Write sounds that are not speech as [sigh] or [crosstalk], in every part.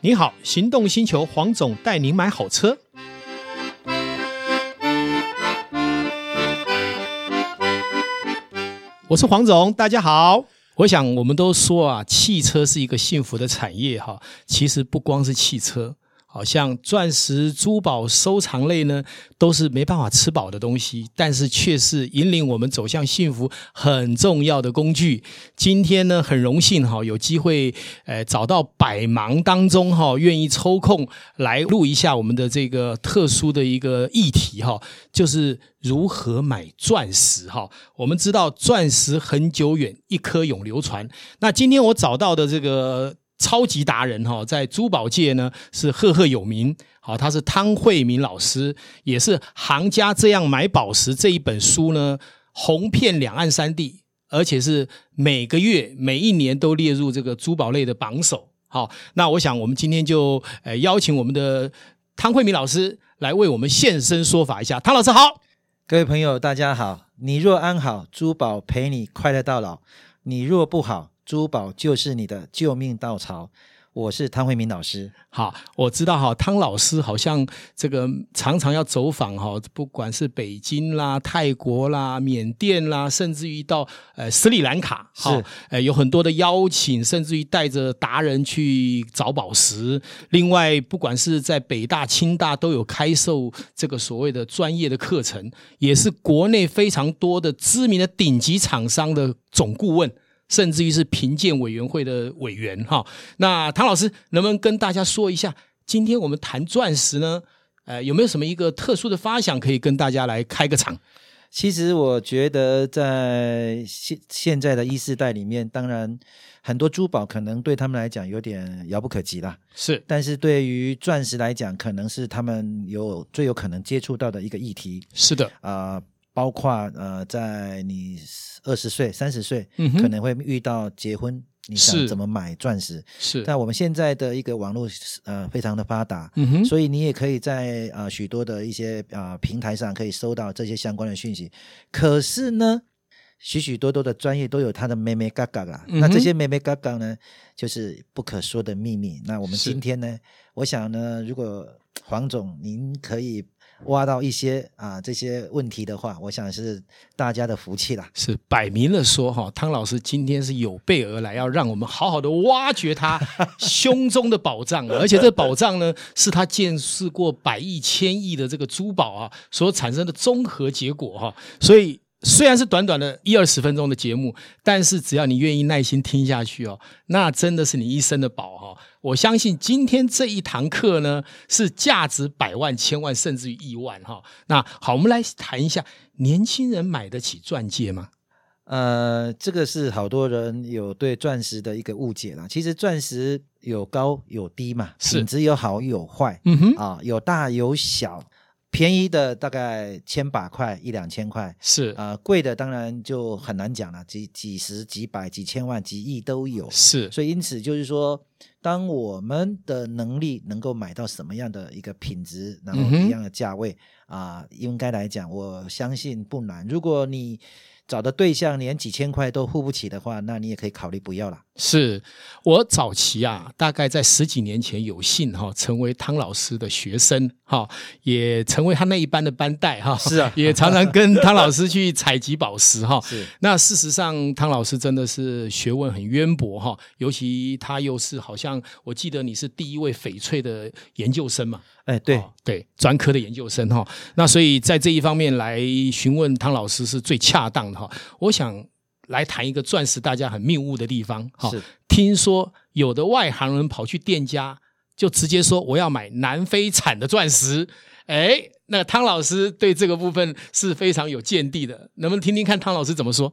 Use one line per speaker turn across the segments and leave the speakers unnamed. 你好，行动星球黄总带您买好车。我是黄总，大家好。我想我们都说啊，汽车是一个幸福的产业哈。其实不光是汽车，好像钻石、珠宝、收藏类呢，都是没办法吃饱的东西，但是却是引领我们走向幸福很重要的工具。今天呢，很荣幸哈，有机会呃找到百忙当中哈，愿意抽空来录一下我们的这个特殊的一个议题哈，就是如何买钻石哈。我们知道钻石很久远，一颗永流传。那今天我找到的这个超级达人哈、在珠宝界呢是赫赫有名。好，他是汤慧明老师，也是《行家这样买宝石》这一本书呢红遍两岸三地，而且是每个月、每一年都列入这个珠宝类的榜首。好，那我想我们今天就呃邀请我们的汤慧明老师来为我们现身说法一下。汤老师好。
各位朋友，大家好。你若安好，珠宝陪你快乐到老；你若不好，珠宝就是你的救命稻草。我是汤慧明老师。
好，我知道哈，汤老师好像这个常常要走访哈，不管是北京啦、泰国啦、缅甸啦，甚至于到呃斯里兰卡，
是
哈，呃有很多的邀请，甚至于带着达人去找宝石。另外，不管是在北大、清大都有开授这个所谓的专业的课程，也是国内非常多的知名的顶级厂商的总顾问。甚至于是评鉴委员会的委员哈。那唐老师能不能跟大家说一下，今天我们谈钻石呢？呃，有没有什么一个特殊的发想可以跟大家来开个场？
其实我觉得，在现现在的一世代里面，当然很多珠宝可能对他们来讲有点遥不可及啦，
是
但是对于钻石来讲，可能是他们有最有可能接触到的一个议题。
是的，
啊，包括呃，在你二十岁、三十岁，
嗯哼
可能会遇到结婚，你想
是
怎么买钻石？
是，
但我们现在的一个网络呃非常的发达，
嗯哼，
所以你也可以在呃许多的一些呃平台上可以收到这些相关的讯息。可是呢，许许多多的专业都有它的妹妹嘎嘎啦。
嗯哼
那这些妹妹嘎嘎呢，就是不可说的秘密。那我们
是
今天呢，我想呢，如果黄总您可以挖到一些啊、这些问题的话，我想是大家的福气啦。
是摆明了说哈，汤老师今天是有备而来，要让我们好好的挖掘他胸中的宝藏，啊而且这宝藏呢，是他见识过百亿、千亿的这个珠宝啊所产生的综合结果哈、所以虽然是短短的一二十分钟的节目，但是只要你愿意耐心听下去哦，那真的是你一生的宝哈、我相信今天这一堂课呢，是价值百万、千万甚至于亿万哈、那好，我们来谈一下，年轻人买得起钻戒吗？
呃，这个是好多人有对钻石的一个误解啦。其实钻石有高有低嘛，
是
品质有好有坏
嗯哼，
啊，有大有小。便宜的大概千把块一两千块，
是
啊、贵的当然就很难讲了，几几十、几百、几千万、几亿都有。
是
所以因此就是说，当我们的能力能够买到什么样的一个品质，然
嗯
后
哼
一样的价位啊、应该来讲，我相信不难。如果你找的对象连几千块都付不起的话，那你也可以考虑不要了。
是，我早期啊，大概在十几年前有幸哈、成为汤老师的学生哈、也成为他那一班的班带哈、
是啊
也常常跟汤老师去采集宝石哈、
[laughs] 是
那事实上，汤老师真的是学问很渊博哈、尤其他又是好像我记得你是第一位翡翠的研究生嘛，
哎，对，
哦对，专科的研究生哈、那所以在这一方面来询问汤老师是最恰当的哈、我想来谈一个钻石大家很谬误的地方哈、
是
听说有的外行人跑去店家就直接说我要买南非产的钻石，哎。那汤老师对这个部分是非常有见地的，能不能听听看汤老师怎么说？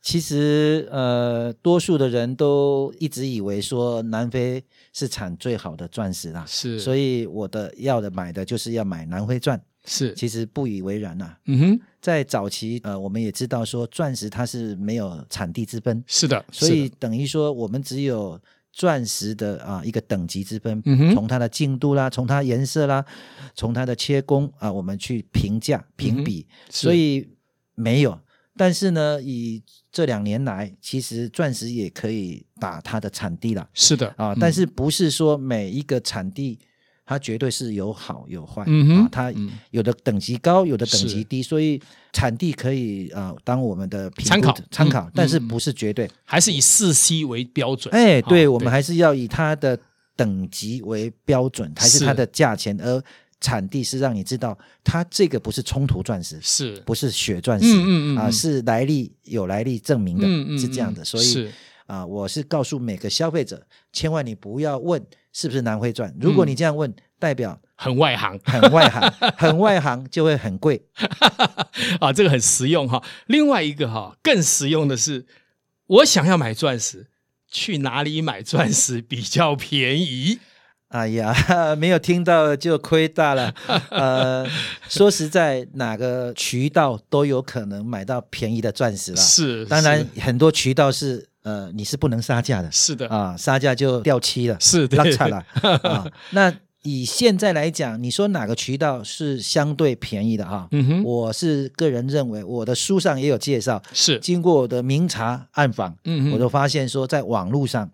其实呃，多数的人都一直以为说南非是产最好的钻石啦，
是，
所
以
以我的要的买的就是要买南非钻，
是，
其实不以为然呐、
嗯哼，
在早期，呃，我们也知道说钻石它是没有产地之分，
是的，
所
是
以
的
等于说我们只有钻石的啊、一个等级之分，
嗯哼
从它的净度啦，从它颜色啦，从它的切工啊、我们去评价评比，
嗯是
所以没有但是呢，以这两年来，其实钻石也可以打它的产地了
是的
啊，
嗯
但是不是说每一个产地它绝对是有好有坏、
嗯哼
啊，它
嗯
有的等级高，有的等
是
级低，所以产地可以啊、当我们的评估
参考
参考
嗯，
但是
嗯嗯
不是绝对。
还是以四 C 为标准。
哎，
好
对，我们还是要以它的等级为标准，还是
是
它的价钱，而产地是让你知道它这个不是冲突钻石，
是
不是血钻石，
嗯嗯嗯
啊、
嗯
是来历有来历证明的，
嗯嗯
是这样的，
嗯
所以
是
啊、我是告诉每个消费者，千万你不要问是不是南非钻，如
嗯
果你这样问，代表。
很外行 [laughs]
很外行，很外行就会很贵。
啊，这个很实用哈。另外一个哈，更实用的是，我想要买钻石，去哪里买钻石比较便宜？
哎呀， [laughs] 没有听到就亏大了。呃，说实在，哪个渠道都有可能买到便宜的钻石啦。
是，
啊当然
是，
很多渠道是呃，你是不能杀价的
是的，
啊，杀价就掉漆了，
是的
拉差了啊。那以现在来讲，你说哪个渠道是相对便宜的啊？
[laughs] 嗯哼，
我是个人认为，我的书上也有介绍，
是，
经过我的明察暗访，
嗯
我
哼，
都发现说，在网络上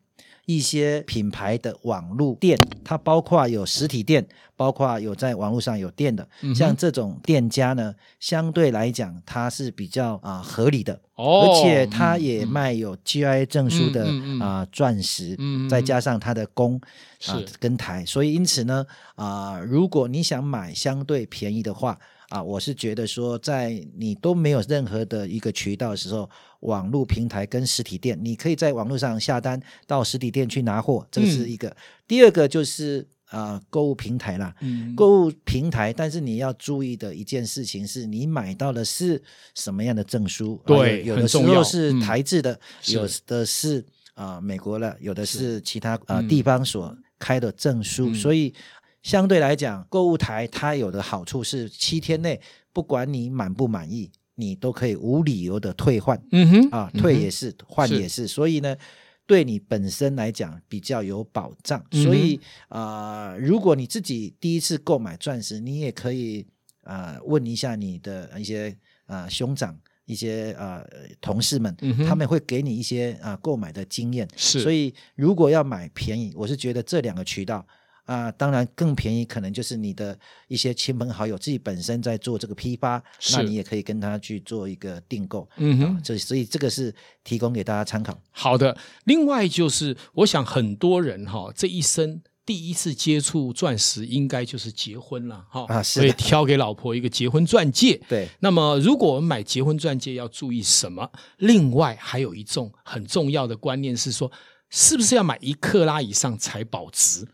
一些品牌的网络店，它包括有实体店，包括有在网络上有店的，
嗯哼
像这种店家呢，相对来讲它是比较啊、合理的，
哦
而且它
嗯
也卖有 GI 证书的啊、
嗯嗯嗯
钻石，
嗯嗯嗯
再加上它的工啊、
是
跟台，所以因此呢啊、如果你想买相对便宜的话。啊，我是觉得说，在你都没有任何的一个渠道的时候，网络平台跟实体店，你可以在网络上下单，到实体店去拿货，这个是
嗯
一个。第二个就是啊、购物平台啦，
嗯
购物平台，但是你要注意的一件事情是，你买到的是什么样的证书？啊
对
有有
很
的时
重要
候是
嗯
台制的，
是
有的是啊、美国的，有的是其他啊、
嗯
地方所开的证书，
嗯
所以相对来讲，购物台它有的好处是七天内，不管你满不满意，你都可以无理由的退换。
嗯哼
啊，
嗯
退
哼
也是，换
是
也是，所以呢，对你本身来讲比较有保障。
嗯哼
所以啊、呃如果你自己第一次购买钻石，你也可以啊、呃问一下你的一些啊、呃兄长、一些啊、呃同事们，
嗯哼
他们会给你一些啊、呃购买的经验。
是，
所以如果要买便宜，我是觉得这两个渠道。啊、当然更便宜，可能就是你的一些亲朋好友自己本身在做这个批发，那
是
你也可以跟他去做一个订购。
嗯哼
啊，。这所以这个是提供给大家参考。
好的，另外就是，我想很多人哈、这一生第一次接触钻石，应该就是结婚了哈、
啊是
所以
的
挑给老婆一个结婚钻戒。
对，
那么，如果我们买结婚钻戒要注意什么？另外还有一种很重要的观念是说，是不是要买一克拉以上才保值？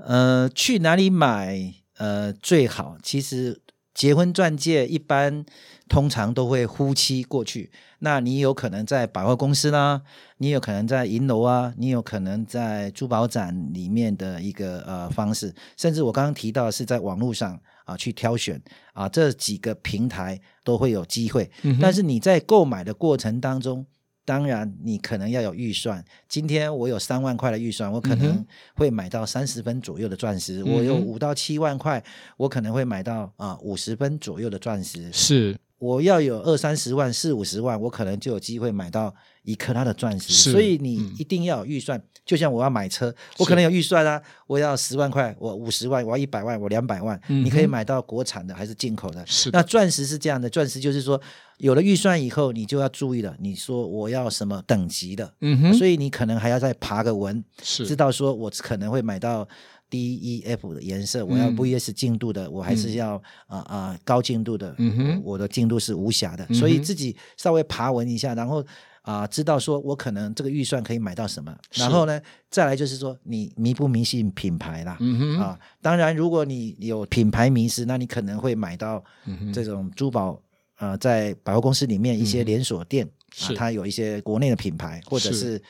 呃，去哪里买呃最好？其实结婚钻戒一般通常都会夫妻过去，那你有可能在百货公司啦，你有可能在银楼啊，你有可能在珠宝展里面的一个呃方式，甚至我刚刚提到的是在网络上。啊，去挑选啊，这几个平台都会有机会。
嗯哼
但是你在购买的过程当中，当然你可能要有预算。今天我有三万块的预算，我可
嗯
能
哼嗯
会买到三十分左右的钻石；
哼
我有五到七万块，我可能会买到啊五十分左右的钻石。
是
我要有二三十万、四五十万，我可能就有机会买到一克拉的钻
是
石。所以你
嗯
一定要有预算。就像我要买车，我可能有预算啊，我要十万块，我五十万，我要一百万，我两百万。
嗯哼
你可以买到国产的还是进口的？
是
那
的，
钻石是这样的，钻石就是说，有了预算以后，你就要注意了。你说我要什么等级的，
嗯哼，
所以你可能还要再爬个文，知
是
道说我可能会买到 D E F 的颜色，我要
嗯
VS 进度的，我还是要啊啊、呃高进度的，
嗯哼嗯
我我的进度是无瑕的，
哼
所以自己稍微爬文一下，然后。啊，知道说我可能这个预算可以买到什么，
是
然后呢，再来就是说你迷不迷信品牌啦，
嗯哼
啊，当然如果你有品牌迷失，那你可能会买到
嗯
这种珠宝，呃，在百货公司里面一些连锁店，啊
嗯是，
它有一些国内的品牌或者
是
是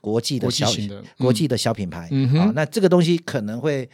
国际的
国际
小
型的
国
嗯
际的小品牌，
嗯哼
啊，那这个东西可能会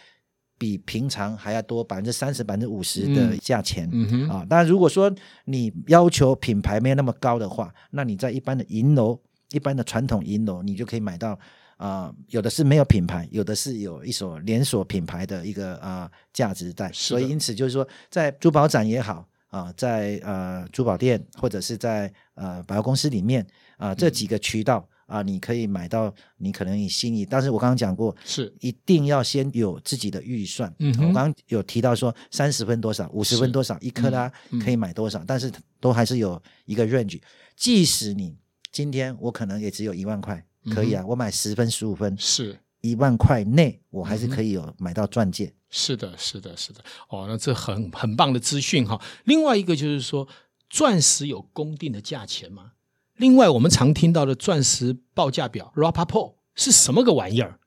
比平常还要多百分之三十、百分之五十的
嗯
价钱。
嗯哼，
啊，当然，如果说你要求品牌没有那么高的话，那你在一般的银楼、一般的传统银楼，你就可以买到啊、有的是没有品牌，有的是有一所连锁品牌的一个啊、价值在。
是
所以，
的
因此就是说，在珠宝展也好啊，在呃珠宝店或者是在呃百货公司里面
嗯
啊这几个渠道啊，你可以买到你可能你心仪，但是我刚刚讲过，
是
一定要先有自己的预算。
嗯哼
我哦刚刚有提到说三十分多少，五十
是
分多少，一克拉
嗯
可以买多少，但是都还是有一个 range。即使你今天我可能也只有一万块，
嗯
可以啊，我买十分、十五分，
是。
一万块内我还是
嗯
可以有买到钻戒。
是的，是的，是的，哦，那这很很棒的资讯哈、另外一个就是说，钻石有公定的价钱吗？另外，我们常听到的钻石报价表 （Rapaport） 是什么个玩意儿？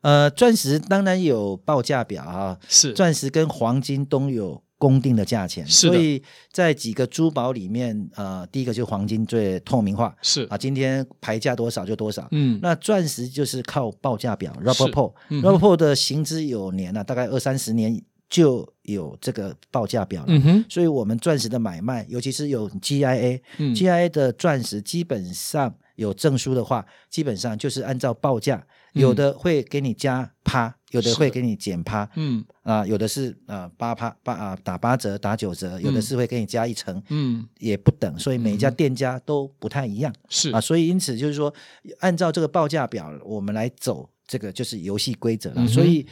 呃，钻石当然有报价表啊，
是
钻石跟黄金都有公定的价钱，
是的
所以在几个珠宝里面，呃，第一个就是黄金最透明化
是
啊，今天牌价多少就多少。
嗯，
那钻石就是靠报价表 r u b b e r p o
嗯
r
哼
r u b b e r p o r 的行之有年了、大概二三十年就有这个报价表了。
嗯哼，
所以，我们钻石的买卖，尤其是有 GIA，GIA、
嗯
GIA 的钻石基本上有证书的话，基本上就是按照报价，有的会给你加趴，有的
是
会给你减趴，
嗯
啊、有的是啊八趴八啊打八折打九折，有的是会给你加一层，
嗯，
也不等，所以每一家店家都不太一样
是
啊，所以因此就是说，按照这个报价表，我们来走这个就是游戏规则了，
嗯哼
所以。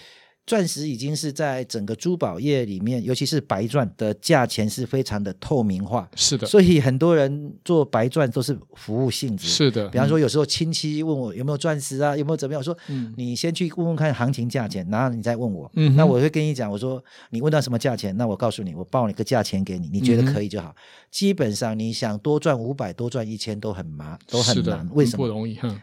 钻石已经是在整个珠宝业里面，尤其是白钻的价钱是非常的透明化，
是的，
所以很多人做白钻都是服务性质。
是的，
比方说，有时候亲戚问我有没有钻石啊，有没有怎么样，我说
嗯，
你先去问问看行情价钱，然后你再问我。
嗯哼
那我会跟你讲，我说你问到什么价钱，那我告诉你，我报你个价钱给你，你觉
嗯
得可以就好。基本上你想多赚五百，多赚一千都很麻，都
是
很
的嗯
难。为什
不
么？
容易？哈，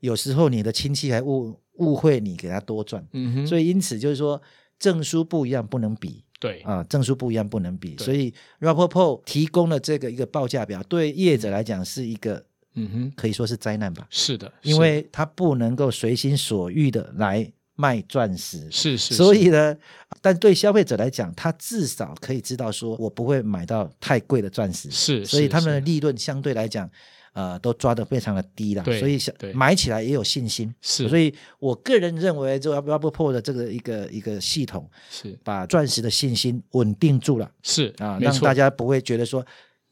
有时候你的亲戚还误误会你给他多赚，
嗯哼，
所
以
以因此就是说，证书不一样，不能比。
对，
啊，证书不一样，不能比，
对
所以 Rapport 提供了这个一个报价表，对业者来讲是一个
嗯哼，
可以说是灾难吧，
是的，
因为他不能够随心所欲的来卖钻石，
是是，
所
以
以呢，但对消费者来讲，他至少可以知道说我不会买到太贵的钻石，
是，
所以
是
他们的
是
利润相对来讲，呃，都抓得非常的低啦，
对
所以想
对
买起来也有信心。
是，
所
以
以我个人认为，这 Rapport 的这个一个一个系统，
是
把钻石的信心稳定住了
是
啊，
没
让
错
大，家不会觉得说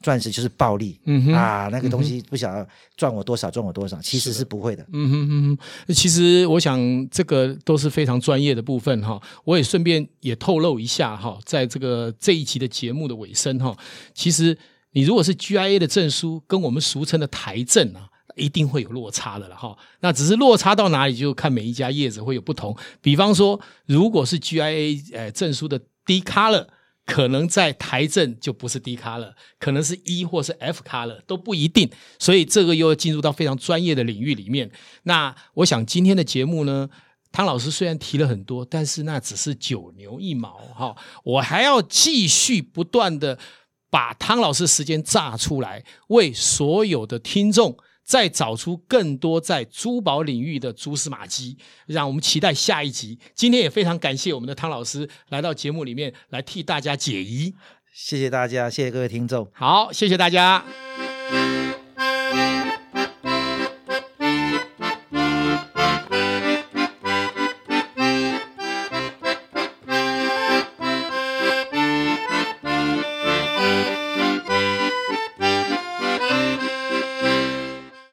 钻石就是暴利、
嗯哼
啊，那个东西不想要赚我多少赚我多少，其实是不会的。
嗯哼嗯哼，其实我想这个都是非常专业的部分哈，我也顺便也透露一下哈，在这个这一集的节目的尾声哈，其实你如果是 GIA 的证书，跟我们俗称的台证啊。一定会有落差的了哈，那只是落差到哪里，就看每一家业者会有不同。比方说，如果是 GIA 呃证书的 D color，可能在台证就不是 D color，可能是 E 或是 F color 都不一定，所以这个又进入到非常专业的领域里面。那我想今天的节目呢，汤老师虽然提了很多，但是那只是九牛一毛哈、我还要继续不断的把汤老师时间榨出来，为所有的听众。再找出更多在珠宝领域的蛛丝马迹，让我们期待下一集。今天也非常感谢我们的汤老师来到节目里面来替大家解疑。
谢谢大家，谢谢各位听众。
好，谢谢大家。